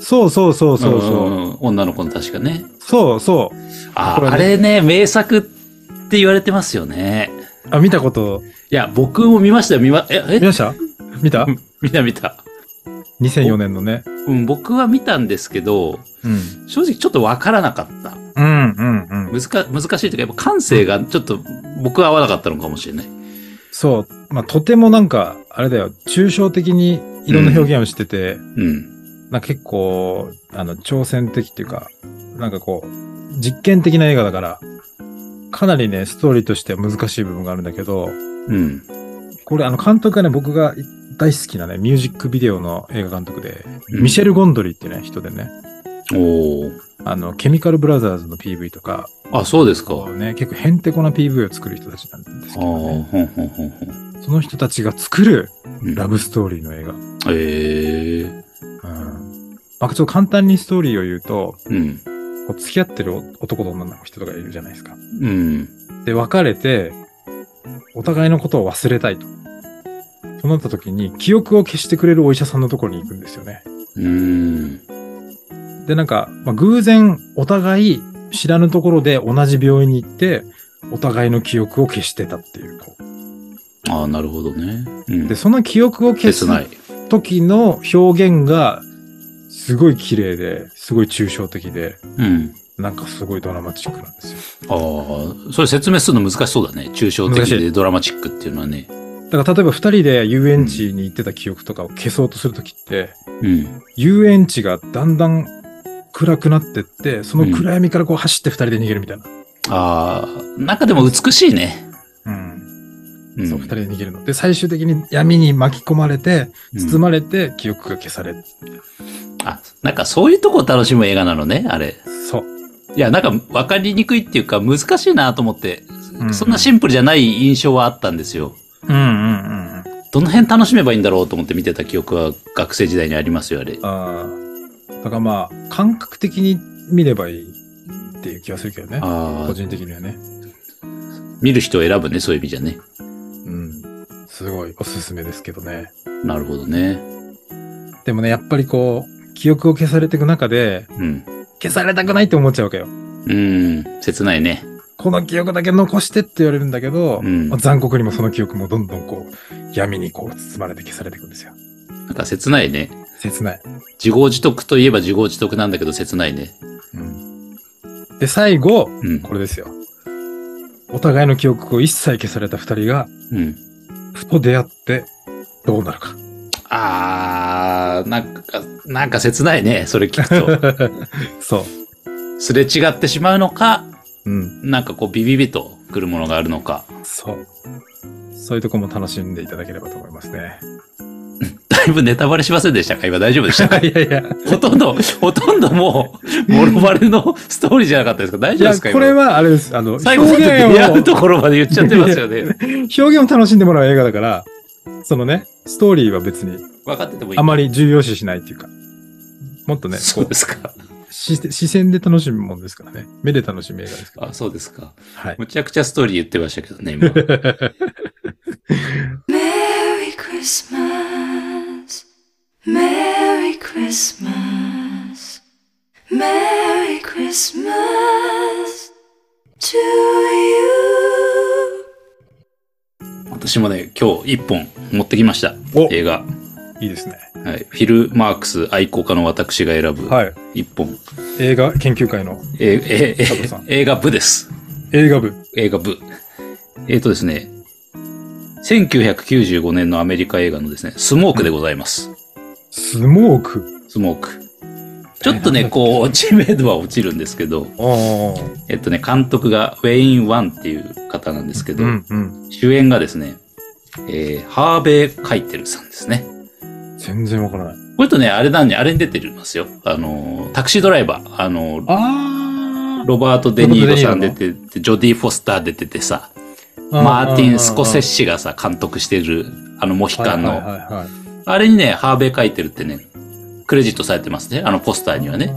[SPEAKER 2] そうそうそうそう
[SPEAKER 1] うん
[SPEAKER 2] そう。
[SPEAKER 1] んうん女の子の確かね。
[SPEAKER 2] そうそう。
[SPEAKER 1] あ
[SPEAKER 2] これ
[SPEAKER 1] ー
[SPEAKER 2] は
[SPEAKER 1] あ
[SPEAKER 2] ね
[SPEAKER 1] れね、名作って言われてますよね。
[SPEAKER 2] あ、見たこと、
[SPEAKER 1] いや、僕も見ましたよ、見ま、え、え
[SPEAKER 2] 見ました見た
[SPEAKER 1] うん 見た見た。
[SPEAKER 2] ?2004 年のね。
[SPEAKER 1] うん、僕は見たんですけど、
[SPEAKER 2] うん。
[SPEAKER 1] 正直ちょっとわからなかった。
[SPEAKER 2] うんうんうん。
[SPEAKER 1] 難難しいというか、やっぱ感性がちょっと僕は合わなかったのかもしれない。
[SPEAKER 2] そう。まあ、とてもなんか、あれだよ、抽象的にいろんな表現をしてて、
[SPEAKER 1] うん。
[SPEAKER 2] なんか結構、あの、挑戦的っていうか、なんかこう、実験的な映画だから、かなりね、ストーリーとしては難しい部分があるんだけど、
[SPEAKER 1] うん。
[SPEAKER 2] これあの監督がね、僕が大好きなね、ミュージックビデオの映画監督で、
[SPEAKER 1] うん
[SPEAKER 2] ミシェル・ゴンドリーっていうね、人でね、
[SPEAKER 1] おー
[SPEAKER 2] あの、ケミカル・ブラザーズの PV とか、
[SPEAKER 1] あ、そうですか。
[SPEAKER 2] こうね、結構ヘンテコな PV を作る人たちなんです
[SPEAKER 1] あ
[SPEAKER 2] け
[SPEAKER 1] あ、
[SPEAKER 2] ど
[SPEAKER 1] ほん
[SPEAKER 2] ね、
[SPEAKER 1] ほんほんほん。
[SPEAKER 2] その人たちが作る
[SPEAKER 1] うん
[SPEAKER 2] ラブストーリーの映画。
[SPEAKER 1] ええ
[SPEAKER 2] うんまあ、ちょっと簡単にストーリーを言うと、
[SPEAKER 1] うん。
[SPEAKER 2] こう付き合ってる男と女の人とかいるじゃないですか。
[SPEAKER 1] うん。
[SPEAKER 2] で、別れて、お互いのことを忘れたいと。となった時に、記憶を消してくれるお医者さんのところに行くんですよね。
[SPEAKER 1] うん。
[SPEAKER 2] で、なんか、まあ、偶然、お互い知らぬところで同じ病院に行って、お互いの記憶を消してたっていう。こ
[SPEAKER 1] ああ、なるほどね。うん
[SPEAKER 2] うで、。その記憶を消す
[SPEAKER 1] 切ない。
[SPEAKER 2] 時の表現が、すごい綺麗で、すごい抽象的で、
[SPEAKER 1] うん。
[SPEAKER 2] なんかすごいドラマチックなんですよ。
[SPEAKER 1] ああ、それ説明するの難しそうだね。抽象的
[SPEAKER 2] 難し
[SPEAKER 1] でドラマチックっていうのはね。
[SPEAKER 2] だから例えば二人で遊園地に行ってた記憶とかを消そうとするときって、
[SPEAKER 1] うん。
[SPEAKER 2] 遊園地がだんだん暗くなってって、その暗闇からこう走って二人で逃げるみたいな。
[SPEAKER 1] ああ、なんかでも美しいね。
[SPEAKER 2] うん。
[SPEAKER 1] ん
[SPEAKER 2] そう、二人で逃げるの。で、最終的に闇に巻き込まれて、包
[SPEAKER 1] うん
[SPEAKER 2] まれて、記憶が消される。
[SPEAKER 1] あ、なんかそういうとこを楽しむ映画なのね、あれ。
[SPEAKER 2] そう。
[SPEAKER 1] いや、なんか分かりにくいっていうか難しいなと思って、
[SPEAKER 2] うんうん
[SPEAKER 1] そんなシンプルじゃない印象はあったんですよ。
[SPEAKER 2] うんうんうんうん。
[SPEAKER 1] どの辺楽しめばいいんだろうと思って見てた記憶は学生時代にありますよ、あれ。
[SPEAKER 2] ああ。だからまあ、感覚的に見ればいいっていう気がするけどね。
[SPEAKER 1] あ
[SPEAKER 2] 個
[SPEAKER 1] あ、
[SPEAKER 2] 人的にはね。
[SPEAKER 1] 見る人を選ぶね、そういう意味じゃね。
[SPEAKER 2] うん。すごいおすすめですけどね。
[SPEAKER 1] なるほどね。
[SPEAKER 2] でもね、やっぱりこう、記憶を消されていく中で、
[SPEAKER 1] うん。
[SPEAKER 2] 消されたくないって思っちゃうわけよ。
[SPEAKER 1] うん、切ないね。
[SPEAKER 2] この記憶だけ残してって言われるんだけど、
[SPEAKER 1] うん
[SPEAKER 2] まあ残酷にもその記憶もどんどんこう、闇にこう包まれて消されていくんですよ。
[SPEAKER 1] なんか切ないね。
[SPEAKER 2] 切ない。
[SPEAKER 1] 自業自得といえば自業自得なんだけど切ないね。
[SPEAKER 2] うんで、最後、
[SPEAKER 1] うん。
[SPEAKER 2] これですよ。お互いの記憶を一切消された二人が、
[SPEAKER 1] うん。
[SPEAKER 2] ふと出会って、どうな るか。
[SPEAKER 1] あー、なんか、なんか切ないね。それ聞 く
[SPEAKER 2] そ
[SPEAKER 1] と。すれ違ってしまうのか、
[SPEAKER 2] う。うん。
[SPEAKER 1] なんかこうビビビと来るものがあるのか。
[SPEAKER 2] そう。そういうとこも楽しんでいただければと思いますね。
[SPEAKER 1] だいぶネタバレしませんでしたか今大丈夫でしたか
[SPEAKER 2] いやいや。
[SPEAKER 1] ほとんど、ほとんどもう、もろバレのストーリーじゃなかったですか大
[SPEAKER 2] い
[SPEAKER 1] 丈夫で
[SPEAKER 2] や、
[SPEAKER 1] すか
[SPEAKER 2] これ
[SPEAKER 1] 今
[SPEAKER 2] はあれです。あの、表
[SPEAKER 1] 最後まで出会う
[SPEAKER 2] 現
[SPEAKER 1] と
[SPEAKER 2] を、
[SPEAKER 1] ころまで言っちゃってますよ ね。
[SPEAKER 2] 表現を楽しんでもらう映画だから、そのね、ストーリーは別に
[SPEAKER 1] 分かっててもいい。
[SPEAKER 2] あまり重要視しないっていうか、もっとね、
[SPEAKER 1] そ
[SPEAKER 2] こ
[SPEAKER 1] う
[SPEAKER 2] う
[SPEAKER 1] ですか。
[SPEAKER 2] 視視線で楽しむもんですからね。目で楽しむ映画ですから。
[SPEAKER 1] あ、そうですか。
[SPEAKER 2] はい。
[SPEAKER 1] むちゃくちゃストーリー言ってましたけどね、今。
[SPEAKER 5] Merry Christmas. Merry Christmas. Merry Christmas to you.
[SPEAKER 1] 私もね、今日一本持ってきました
[SPEAKER 2] お。
[SPEAKER 1] 映画。
[SPEAKER 2] いいですね。
[SPEAKER 1] はい。フィル・マークス愛好家の私が選ぶ
[SPEAKER 2] はい。
[SPEAKER 1] 一本。
[SPEAKER 2] 映画研究会の
[SPEAKER 1] えええ
[SPEAKER 2] 佐藤さん
[SPEAKER 1] 映画部です。
[SPEAKER 2] 映画部。
[SPEAKER 1] 映画部。えっ、とですね、1995年のアメリカ映画のですね、スモークでございます。
[SPEAKER 2] スモーク。
[SPEAKER 1] スモーク。ちょっとね、こう、知名度は落ちるんですけど、
[SPEAKER 2] ああ。
[SPEAKER 1] えっとね、監督がウェイン・ワンっていう方なんですけど、
[SPEAKER 2] うんうん。
[SPEAKER 1] 主演がですね、えーハーベイ・カイテルさんですね。
[SPEAKER 2] 全然わからない。
[SPEAKER 1] これとね、あれだね、あれに出てますよ。あのー、タクシードライバー。あのー、
[SPEAKER 2] あ
[SPEAKER 1] ロバート・デ・ニーロさん
[SPEAKER 2] ロバ
[SPEAKER 1] 出
[SPEAKER 2] ート
[SPEAKER 1] てて、ジョディ・フォスター出ててさ、
[SPEAKER 2] あ
[SPEAKER 1] マーティン・スコセッ
[SPEAKER 2] シ
[SPEAKER 1] シがさ、監督してる、あの、モヒカン
[SPEAKER 2] はいはい
[SPEAKER 1] の。
[SPEAKER 2] はいはい
[SPEAKER 1] あれにね、ハーベイ・カイテルってね、クレジットされてますね。あの、ポスターにはね。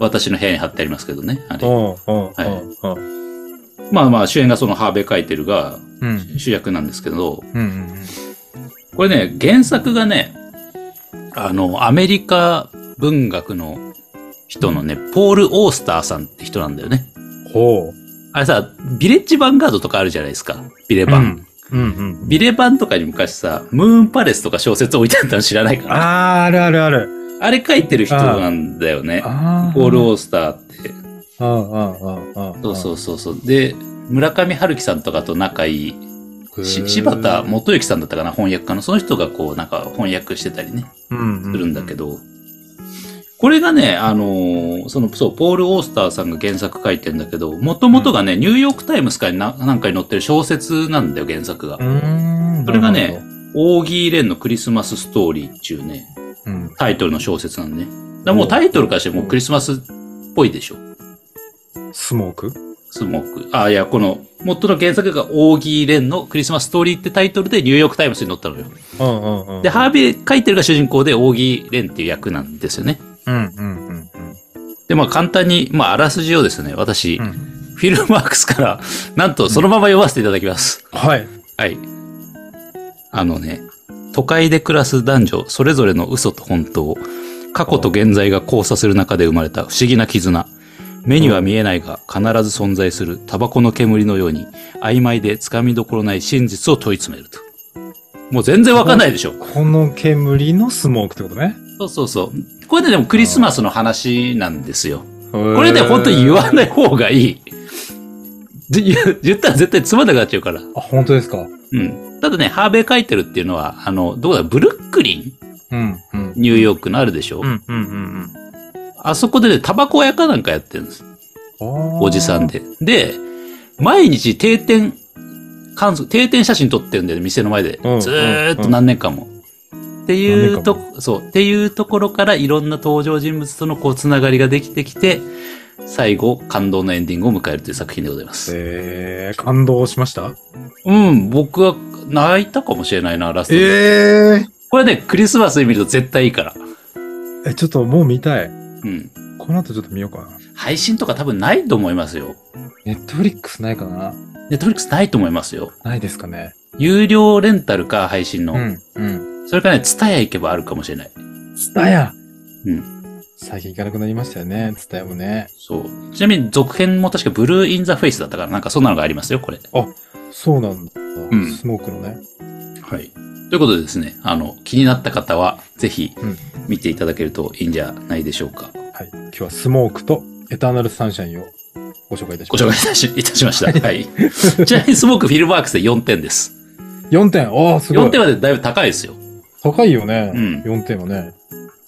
[SPEAKER 1] 私の部屋に貼ってありますけどね。あ
[SPEAKER 2] う
[SPEAKER 1] れ。
[SPEAKER 2] んうんうん
[SPEAKER 1] まあまあ、主演がそのハーベイ・カイテルが
[SPEAKER 2] うん
[SPEAKER 1] 主役なんですけど、
[SPEAKER 2] うんうん
[SPEAKER 1] これね、原作がね、あの、アメリカ文学の人のね、ポール・オースターさんって人なんだよね。
[SPEAKER 2] うんほう
[SPEAKER 1] あれさ、ビレッジヴァンガードとかあるじゃないですか。ビレバン。
[SPEAKER 2] うんうん
[SPEAKER 1] ビレバンとかに昔さ、ムーンパレスとか小説置いてあったの知らないかな。あ
[SPEAKER 2] あーあるあるある
[SPEAKER 1] れ書いてる人なんだよね。
[SPEAKER 2] あ
[SPEAKER 1] ポール・オースターって。
[SPEAKER 2] ああああ
[SPEAKER 1] そうそうそうそう。で、村上春樹さんとかと仲いい、
[SPEAKER 2] う
[SPEAKER 1] し柴田元之さんだったかな、翻訳家の。その人がこう、なんか翻訳してたりね。
[SPEAKER 2] うん
[SPEAKER 1] するんだけど、これがね、あのーその、そう、ポール・オースターさんが原作書いてんだけど、もともとがね、ニューヨーク・タイムスかにななんかに載ってる小説なんだよ、原作が。
[SPEAKER 2] うん
[SPEAKER 1] それがね、オーギー・レンのクリスマス・ストーリーっていうね、
[SPEAKER 2] うん
[SPEAKER 1] タイトルの小説なんでね。だからもうタイトルからしてもうクリスマスっぽいでしょ。
[SPEAKER 2] スモーク
[SPEAKER 1] スモーク。あ、いや、この、元の原作がオーギー・レンのクリスマス・ストーリーってタイトルでニューヨーク・タイムスに載ったのよ。
[SPEAKER 2] うんうんうん
[SPEAKER 1] で、ハービー・カイテルが主人公でオーギー・レンっていう役なんですよね。
[SPEAKER 2] うんうんうんうん
[SPEAKER 1] で、まあ簡単に、まああらすじをですね、私、
[SPEAKER 2] うん
[SPEAKER 1] フィルマークスから、なんとそのまま読ませていただきます。
[SPEAKER 2] はい
[SPEAKER 1] はい。あのね、都会で暮らす男女、それぞれの嘘と本当、過去と現在が交差する中で生まれた不思議な絆。目には見えないが必ず存在するタバコの煙のように、曖昧でつかみどころない真実を問い詰めると。もう全然わかんないでしょ。
[SPEAKER 2] この煙のスモークってことね
[SPEAKER 1] そうそうそう。これででもクリスマスの話なんですよ。こ
[SPEAKER 2] こ
[SPEAKER 1] れね、本当に言わない方がいい。で言う言ったら絶対つまんなくなっちゃうから。
[SPEAKER 2] あ本当ですか
[SPEAKER 1] うん。ただね、ハーベイ・カイテルっていうのは、あの、どこだ、ブルックリン
[SPEAKER 2] うんうん
[SPEAKER 1] ニューヨークのあるでしょ、
[SPEAKER 2] うんうんうん
[SPEAKER 1] あそこでね、タバコ屋かなんかやってるんです。
[SPEAKER 2] お
[SPEAKER 1] おじさんで。で、毎日定点観測、定点写真撮ってるんだよね、店の前で
[SPEAKER 2] うん。
[SPEAKER 1] ずーっと何年間も。っていうと、そう、っていうところからいろんな登場人物とのこう、つながりができてきて、最後、感動のエンディングを迎えるという作品でございます。
[SPEAKER 2] えー、感動しました
[SPEAKER 1] うん、僕は泣いたかもしれないな、ラストで。
[SPEAKER 2] え
[SPEAKER 1] これね、クリスマスに見ると絶対いいから。
[SPEAKER 2] ー、え、ちょっともう見たい。
[SPEAKER 1] うん。
[SPEAKER 2] この後ちょっと見ようかな。
[SPEAKER 1] 配信とか多分ないと思いますよ。
[SPEAKER 2] ネットフリックスないかな
[SPEAKER 1] ネットフリックスないと思いますよ。
[SPEAKER 2] ないですかね。
[SPEAKER 1] 有料レンタルか、配信の。
[SPEAKER 2] うん。うん。
[SPEAKER 1] それからね、ツタヤ行けばあるかもしれない。
[SPEAKER 2] ツタヤ。
[SPEAKER 1] うん。
[SPEAKER 2] 最近行かなくなりましたよね、ツタヤもね。
[SPEAKER 1] そう。ちなみに続編も確かブルーインザフェイスだったから、なんかそんなのがありますよ、これ。
[SPEAKER 2] そうなんだ。
[SPEAKER 1] ん
[SPEAKER 2] スモークのね。
[SPEAKER 1] はい。ということでですね、あの、気になった方は、ぜひ
[SPEAKER 2] うん、
[SPEAKER 1] 見ていただけるといいんじゃないでしょうか。
[SPEAKER 2] はい。今日はスモークとエターナルサンシャインをご紹介いたし
[SPEAKER 1] ご
[SPEAKER 2] ま
[SPEAKER 1] 紹
[SPEAKER 2] し
[SPEAKER 1] 介いたしいたしました。はい。ちなみにスモークフィルバークスで4点です。
[SPEAKER 2] た。4点おー、すご
[SPEAKER 1] 4
[SPEAKER 2] い
[SPEAKER 1] 点。はだいぶ高いですよ。
[SPEAKER 2] 高いよね。
[SPEAKER 1] うん
[SPEAKER 2] 4点はね。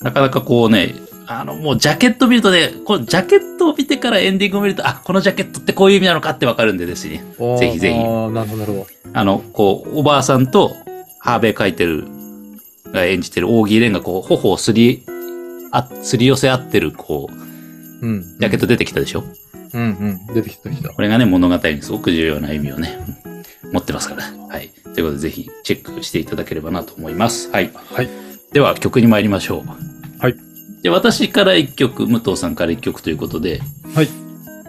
[SPEAKER 1] なかなかこうね、あの、もうジャケット見るとね、こうジャケットを見てからエンディングを見ると、あ、このジャケットってこういう意味なのかってわかるんでですね。
[SPEAKER 2] おー
[SPEAKER 1] ぜひぜひ
[SPEAKER 2] あーなるほど、なるほ
[SPEAKER 1] あの、こう、おばあさんと、ハーベイ書いてる、が演じてる大木蓮がこう、頬をすり、あ、すり寄せ合ってる、こう、
[SPEAKER 2] ど。うん。
[SPEAKER 1] ジャケット出てきたでしょ、
[SPEAKER 2] うんうん。出てきた、出てきた。
[SPEAKER 1] これがね、物語にすごく重要な意味をね、持ってますから。はい。ということで、ぜひチェックしていただければなと思います。はい。
[SPEAKER 2] はい。
[SPEAKER 1] では、曲に参りましょう。
[SPEAKER 2] はい。
[SPEAKER 1] で、私から1曲、武藤さんから1曲ということで、
[SPEAKER 2] はい。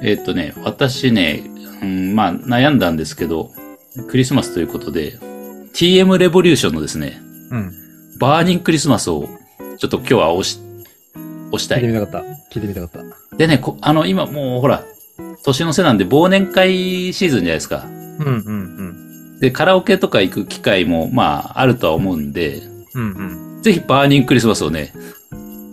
[SPEAKER 1] えーっ、とね、私ね、うん、まあ、悩んだんですけど、クリスマスということで、TM レボリューションのですね、
[SPEAKER 2] うん。
[SPEAKER 1] バーニングクリスマスを、ちょっと今日は押し、押した
[SPEAKER 2] 聞いて
[SPEAKER 1] い。
[SPEAKER 2] みたかった。聞いてみたかった。
[SPEAKER 1] でね、こあの、今もうほら、年の瀬なんで忘年会シーズンじゃないですか。
[SPEAKER 2] うんうん
[SPEAKER 1] で、カラオケとか行く機会も、まあ、あるとは思うんで、
[SPEAKER 2] うん。うんうん。
[SPEAKER 1] ぜひバーニングクリスマスをね、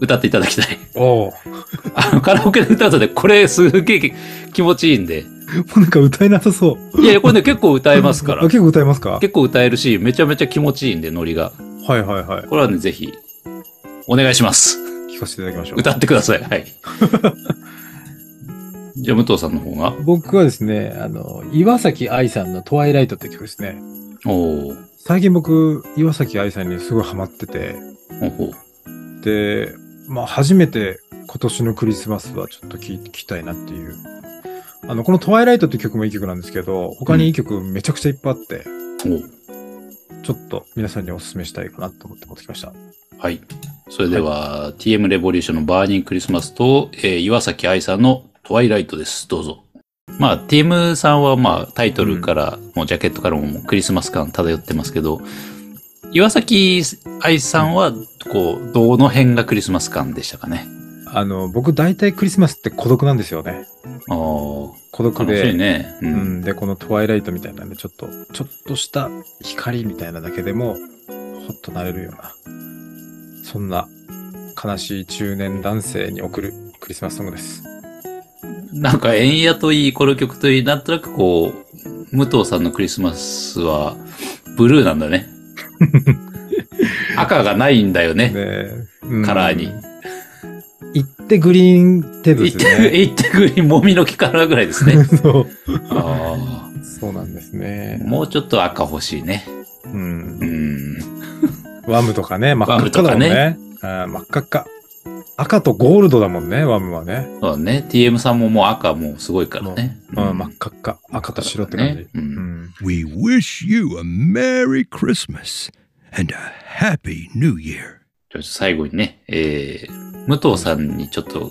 [SPEAKER 1] 歌っていただきたい。
[SPEAKER 2] おー。
[SPEAKER 1] あの、カラオケで歌うとね、これすげえ気持ちいいんで。
[SPEAKER 2] もうなんか歌えなさそう。
[SPEAKER 1] いやいや、これね、結構歌えますか
[SPEAKER 2] あ
[SPEAKER 1] ら。
[SPEAKER 2] 結構歌えますか
[SPEAKER 1] 結構歌えるし、めちゃめちゃ気持ちいいんで、ノリが。
[SPEAKER 2] はいはいはい。
[SPEAKER 1] これはね、ぜひ、お願いします。
[SPEAKER 2] 聞かせていただきましょう。
[SPEAKER 1] 歌ってください。はい。 じゃあ、武藤さんの方が。
[SPEAKER 2] 僕はですね、あの、岩崎愛さんのトワイライトって曲ですね。
[SPEAKER 1] おー。
[SPEAKER 2] 最近僕、岩崎愛さんにすごいハマってて、
[SPEAKER 1] ほうほう
[SPEAKER 2] で、まあ初めて今年のクリスマスはちょっと聴きたいなっていう。あの、このトワイライトって曲もいい曲なんですけど、他にいい曲めちゃくちゃいっぱいあって、
[SPEAKER 1] おー
[SPEAKER 2] ちょっと皆さんにお勧めしたいかなと思って持ってきました。
[SPEAKER 1] はい。それでは、TM レボリューションのバーニングクリスマスと、えー岩崎愛さんのトワイライトです。どうぞ。まあ、TM さんは、まあ、タイトルから、もうジャケットからももうクリスマス感漂ってますけど、岩崎愛さんは、こう、どの辺がクリスマス感でしたかね。
[SPEAKER 2] あの、僕大体クリスマスって孤独なんですよね。
[SPEAKER 1] ああ、
[SPEAKER 2] 孤独
[SPEAKER 1] 楽
[SPEAKER 2] で。
[SPEAKER 1] しいね。う。
[SPEAKER 2] うんん、で、このトワイライトみたいなんで、ちょっと、ちょっとした光みたいなだけでも、ほっとなれるような、そんな悲しい中年男性に送るクリスマスソングです。
[SPEAKER 1] なんか、円やといい、この曲といい、なんとなくこう、武藤さんのクリスマスは、ブルーなんだ ね。赤がないんだよね。
[SPEAKER 2] で、うん
[SPEAKER 1] カラーに。
[SPEAKER 2] 行ってグリーン程度
[SPEAKER 1] 言
[SPEAKER 2] で
[SPEAKER 1] っ
[SPEAKER 2] す
[SPEAKER 1] て、
[SPEAKER 2] ね。
[SPEAKER 1] 言ってくり、もみの木からぐらいです ね。
[SPEAKER 2] そう。
[SPEAKER 1] あ
[SPEAKER 2] そうなんです
[SPEAKER 1] あ。
[SPEAKER 2] ね。
[SPEAKER 1] もうちょっと赤欲しいね。
[SPEAKER 2] う。
[SPEAKER 1] うんん。
[SPEAKER 2] ワムとかね、真っ赤っかだもんね。あー真っ赤っか。赤とゴールドだもんね、ワムはね。
[SPEAKER 1] そうだね。TM さんももう赤もうすごいからね。
[SPEAKER 2] うん、真っ赤っか。赤と白って感じ。
[SPEAKER 1] ねう。
[SPEAKER 2] うんん
[SPEAKER 4] We wish you a Merry Christmas and a Happy New Year.
[SPEAKER 1] じゃあ最後にね、えー、武藤さんにちょっと、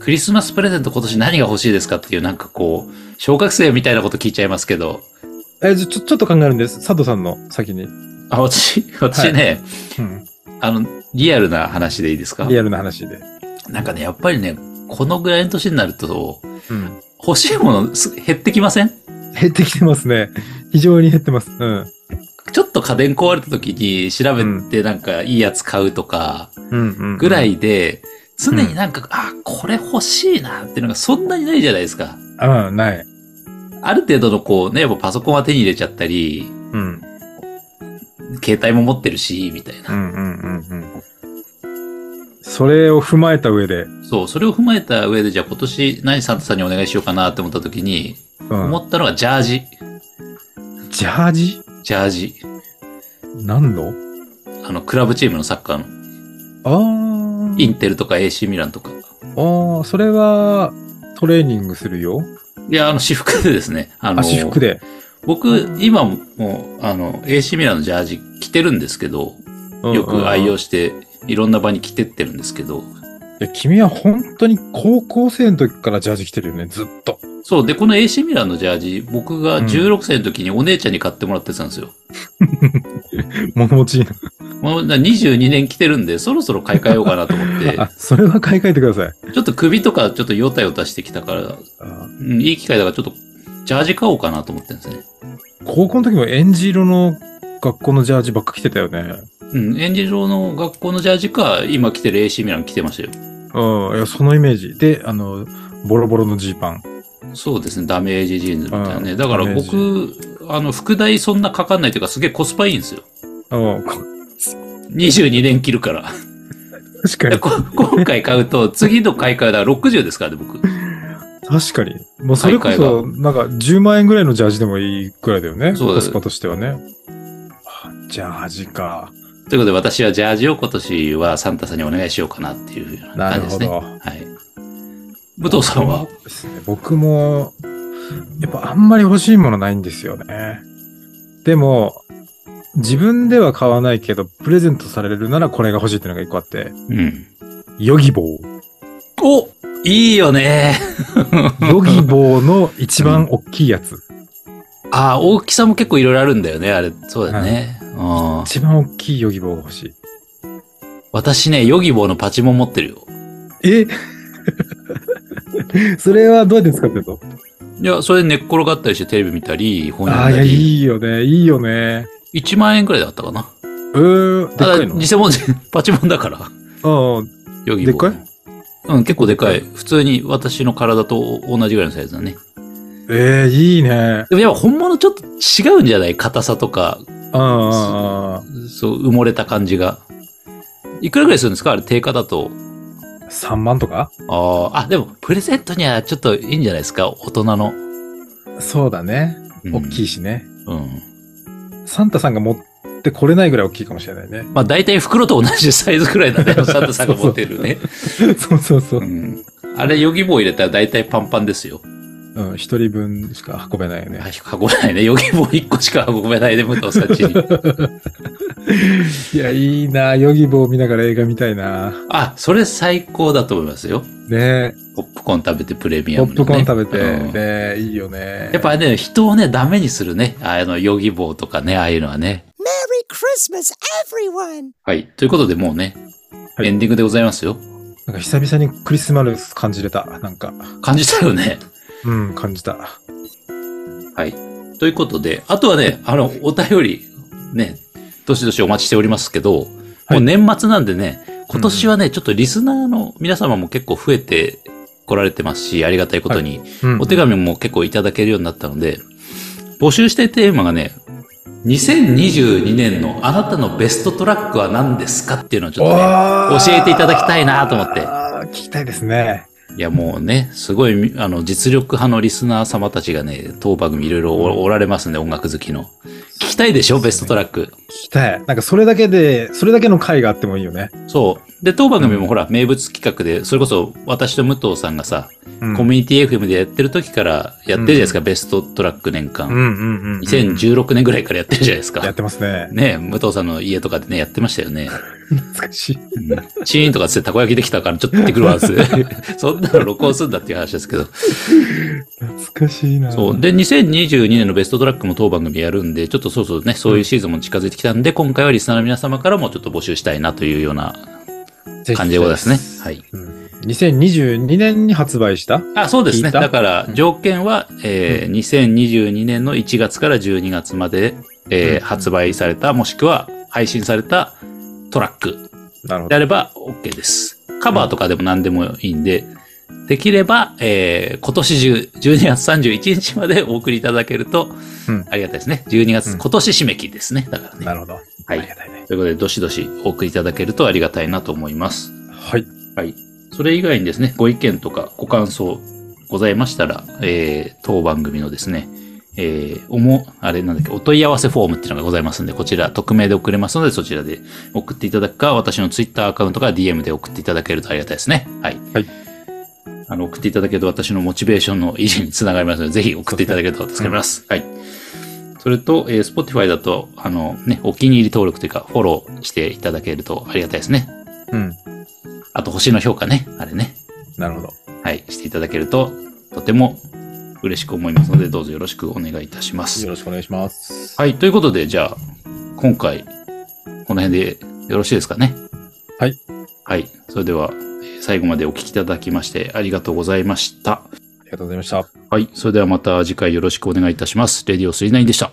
[SPEAKER 1] クリスマスプレゼント今年何が欲しいですかっていうなんかこう、小学生みたいなこと聞いちゃいますけど、
[SPEAKER 2] え、じゃちょ、ちょっと考えるんです。佐藤さんの先に。
[SPEAKER 1] あ、私、私ね、
[SPEAKER 2] うん。
[SPEAKER 1] あの、リアルな話でいいですか
[SPEAKER 2] リアルな話で。
[SPEAKER 1] なんかね、やっぱりね、このぐらいの年になると、
[SPEAKER 2] うん。
[SPEAKER 1] 欲しいものす減ってきません
[SPEAKER 2] 減ってきてますね。非常に減ってます。うん。
[SPEAKER 1] ちょっと家電壊れた時に調べてなんかいいやつ買うとか
[SPEAKER 2] うん、うん。
[SPEAKER 1] ぐら。いで、常になんか、あ、これ欲しいなっていうのがそんなにないじゃないですか。
[SPEAKER 2] うん、ない。
[SPEAKER 1] ある程度のこうね、やっぱパソコンは手に入れちゃったり、
[SPEAKER 2] うん。
[SPEAKER 1] 携帯も持ってるし、みたいな
[SPEAKER 2] う。ん、うん、うん、うん。それを踏まえた上で、
[SPEAKER 1] そう、それを踏まえた上で、じゃあ今年何サンタさんにお願いしようかなって思った時に、
[SPEAKER 2] う
[SPEAKER 1] 思
[SPEAKER 2] ん。
[SPEAKER 1] ったのがジャージ。
[SPEAKER 2] ジャージ
[SPEAKER 1] ジャージ。
[SPEAKER 2] 何の
[SPEAKER 1] あの、クラブチームのサッカーの。
[SPEAKER 2] あー。
[SPEAKER 1] インテルとか AC ミランとか。
[SPEAKER 2] あー、それは、トレーニングするよ。
[SPEAKER 1] いや、あの、私服でですね。あの、
[SPEAKER 2] 足服で。
[SPEAKER 1] 僕、今も、あの、AC ミラーのジャージ着てるんですけど、
[SPEAKER 2] うん
[SPEAKER 1] よく愛用
[SPEAKER 2] い
[SPEAKER 1] して、いろんな場に着てってるんですけど、
[SPEAKER 2] や、君は本当に高校生の時からジャージ着てるよね、ずっと。
[SPEAKER 1] そう、で、この AC ミラーのジャージ、僕が
[SPEAKER 2] うん
[SPEAKER 1] 16歳の時にお姉ちゃんに買ってもらってたんですよ。
[SPEAKER 2] 物持ちいいな。
[SPEAKER 1] もうな22年来てるんで、そろそろ買い替えようかなと思 って
[SPEAKER 2] あ、、それは買い替えてください。
[SPEAKER 1] ちょっと首とかちょっとヨタヨタしてきたから、
[SPEAKER 2] あ
[SPEAKER 1] うんいい機会だからちょっとジャージ買おうかなと思ってるんですね。
[SPEAKER 2] 高校の時もエンジ色の学校のジャージばっか着てたよね。
[SPEAKER 1] うん、エンジ上の学校のジャージか、今着てる AC ミラン着てましたよ。
[SPEAKER 2] うん、いや、そのイメージ。で、あの、ボロボロのジーパン。
[SPEAKER 1] そうですね、ダメージジーンズみたいなね。
[SPEAKER 2] うん
[SPEAKER 1] だから
[SPEAKER 2] ダメージ
[SPEAKER 1] 僕、あの、副題そんなかかんないというか、すげえコスパいいんですよ。
[SPEAKER 2] うん、こ
[SPEAKER 1] 22年着るから。
[SPEAKER 2] 確かに。
[SPEAKER 1] こ今回買うと、次の買い替えだから60ですからね、僕。
[SPEAKER 2] 確かに。もうそれこ
[SPEAKER 1] 買い替
[SPEAKER 2] そ、なんか10万円ぐらいのジャージでもいいくらいだよね。
[SPEAKER 1] そうだよ
[SPEAKER 2] コスパとしてはね。あジャージか。
[SPEAKER 1] ということで、私はジャージを今年はサンタさんにお願いしようかなっていうような
[SPEAKER 2] な
[SPEAKER 1] 感
[SPEAKER 2] る
[SPEAKER 1] じで
[SPEAKER 2] ほ
[SPEAKER 1] すね。
[SPEAKER 2] ど。
[SPEAKER 1] はい。武藤さんは
[SPEAKER 2] そうですね僕も、やっぱあんまり欲しいものないんですよね。でも、自分では買わないけど、プレゼントされるならこれが欲しいっていうのが一個あって、
[SPEAKER 1] うん。
[SPEAKER 2] ヨギボー。
[SPEAKER 1] おいいよね
[SPEAKER 2] ヨギボーの一番大きいやつ。
[SPEAKER 1] ああ、大きさも結構いろいろあるんだよね、あれ。そうだよね。うん
[SPEAKER 2] 一番大きいヨギボーが欲しい。
[SPEAKER 1] 私ね、ヨギボーのパチモン持ってるよ。
[SPEAKER 2] え それはどうやって使ってるの
[SPEAKER 1] いや、それ寝っ転がったりしてテレビ見たり、本
[SPEAKER 2] ああ、
[SPEAKER 1] 読んだ
[SPEAKER 2] いや、い
[SPEAKER 1] り。
[SPEAKER 2] いよね。いいよね。
[SPEAKER 1] 1万円くらいだったかな。
[SPEAKER 2] えー、でっかい
[SPEAKER 1] あ偽物じゃ、 パチモンだから。
[SPEAKER 2] のうん。
[SPEAKER 1] ヨギボー。
[SPEAKER 2] でっ
[SPEAKER 1] うん、結構でかい。普通に私の体と同じぐらいのサイズだね。
[SPEAKER 2] ええいいね。
[SPEAKER 1] でもやっぱ本物ちょっと違うんじゃない硬さとか、
[SPEAKER 2] うんうんうん。
[SPEAKER 1] そう、埋もれた感じが。いくらぐらいするんですかあれ、定価だと。
[SPEAKER 2] 3万とか
[SPEAKER 1] あーあ、でも、プレゼントにはちょっといいんじゃないですか大人の。
[SPEAKER 2] そうだね。大き
[SPEAKER 1] い。
[SPEAKER 2] いしね。
[SPEAKER 1] うん。。
[SPEAKER 2] サンタさんが持ってこれないぐらい大きいかもしれない ね
[SPEAKER 1] まあ、大体袋と同じサイズくらい だね。サンタさんが持ってるね。
[SPEAKER 2] そうそうそうう。
[SPEAKER 1] ん。あれ、ヨギ棒入れたら大体パンパンですよ。
[SPEAKER 2] うん、一人分しか運べないよね。
[SPEAKER 1] あ運べないね。ヨギ棒1個しか運べないで、武藤さんち に。
[SPEAKER 2] いや、いいな。ヨギボー見ながら映画見たいな。
[SPEAKER 1] あ、それ最高だと思いますよ。
[SPEAKER 2] ね
[SPEAKER 1] ポップコーン食べてプレミア
[SPEAKER 2] ポ
[SPEAKER 1] ムの
[SPEAKER 2] ッ
[SPEAKER 1] ね、
[SPEAKER 2] プコーン食べて、
[SPEAKER 1] うん
[SPEAKER 2] ねいいよね。
[SPEAKER 1] やっぱね、人をね、ダメにするね。あの、ヨギ棒とかね、ああいうのはね。
[SPEAKER 3] Merry Christmas, everyone!
[SPEAKER 1] はい。ということで、もうね、
[SPEAKER 2] はい
[SPEAKER 1] エンディングでございますよ。
[SPEAKER 2] なんか久々にクリスマス感じれた。なんか、
[SPEAKER 1] 感じたよね。
[SPEAKER 2] うん、感じた。
[SPEAKER 1] はい。ということで、あとはね、あの、お便り、ね、どしどしお待ちしておりますけど、
[SPEAKER 2] は
[SPEAKER 1] もう
[SPEAKER 2] い
[SPEAKER 1] 年末なんでね、今年はね、ちょっとリスナーの皆様も結構増えて来られてますし、ありがたいことに、
[SPEAKER 2] うん
[SPEAKER 1] お手紙も結構いただけるようになったので、募集したいテーマがね、2022年のあなたのベストトラックは何ですかっていうのをちょっとね、教えていただきたいなと思って
[SPEAKER 2] あー聞きたいですね。
[SPEAKER 1] いやもうね、すごい、あの、実力派のリスナー様たちがね、当番組いろいろおおられますんで、音楽好きの。聞きたいでしょ、ベストトラック。
[SPEAKER 2] 聞きたい。なんかそれだけで、それだけの回があってもいいよね。
[SPEAKER 1] そう。で、当番組もほら、名物企画で、それこそ私と武藤さんがさ、
[SPEAKER 2] うん
[SPEAKER 1] コミュニティ FM でやってる時からやってるじゃないですか、ベストトラック年間。
[SPEAKER 2] うんうんうん。
[SPEAKER 1] 2016年ぐらいからやってるじゃないです
[SPEAKER 2] や
[SPEAKER 1] か
[SPEAKER 2] っ。てますね。
[SPEAKER 1] ねえ武藤さんの家とかでね、やってましたよね。
[SPEAKER 2] 懐かしい。
[SPEAKER 1] うんチーンとかつってたこ焼きできたからちょっと行ってくるわ、つ って。そんなの録音するんだっていう話ですけど。
[SPEAKER 2] 懐かしいな。
[SPEAKER 1] そう。で、2022年のベストトラックも当番組やるんで、ちょっとそうそうね、そういうシーズンも近づいてきたんで、今回はリスナーの皆様からもちょっと募集したいなというような
[SPEAKER 2] ぜひ
[SPEAKER 1] 感じでございますね。はい。
[SPEAKER 2] うん2022年に発売した
[SPEAKER 1] あ、そうです
[SPEAKER 2] 聞
[SPEAKER 1] ね。
[SPEAKER 2] いた
[SPEAKER 1] だから、条件は、えー、2022年の1月から12月まで、えー発売された、もしくは配信されたトラック
[SPEAKER 2] なるほ
[SPEAKER 1] で
[SPEAKER 2] ど
[SPEAKER 1] あ。れば OK です。カバーとかでも何でもいいんで、できれば、えー、今年中、12月31日までお送りいただけると
[SPEAKER 2] うん、
[SPEAKER 1] ありがたいですね。12月、
[SPEAKER 2] うん
[SPEAKER 1] 今年締め切りですね。だからね。
[SPEAKER 2] なるほど。
[SPEAKER 1] はい
[SPEAKER 2] ありがたいね。
[SPEAKER 1] ということで、どしどしお送りいただけるとありがたいなと思います。
[SPEAKER 2] はい。
[SPEAKER 1] はい。それ以外にですね、ご意見とかご感想ございましたら、えー、当番組のですね、えー、おも、あれなんだっけ、お問い合わせフォームっていうのがございますんで、こちら、匿名で送れますので、そちらで送っていただくか、私のツイッターアカウントから DM で送っていただけるとありがたいですね。はい。
[SPEAKER 2] はい。
[SPEAKER 1] あの、送っていただけると私のモチベーションの維持につながりますので、ぜひ送っていただけると助かります。はい。それと、えー、Spotify だと、あの、ね、お気に入り登録というか、フォローしていただけるとありがたいですね。
[SPEAKER 2] うん。
[SPEAKER 1] あと、星の評価ね。あれね。
[SPEAKER 2] なるほど。
[SPEAKER 1] はい、していただけると、とても嬉しく思いますので、どうぞよろしくお願いいたします。
[SPEAKER 2] ろしくお願いします。
[SPEAKER 1] はい、ということで、じゃあ、今回、この辺でよろしいですかね。
[SPEAKER 2] はい。
[SPEAKER 1] はい。それでは、えー最後までお聞きいただきましてありがとうございました。
[SPEAKER 2] りがとうございました。
[SPEAKER 1] はい。それではまた次回よろしくお願いいたします。レディオ39でした。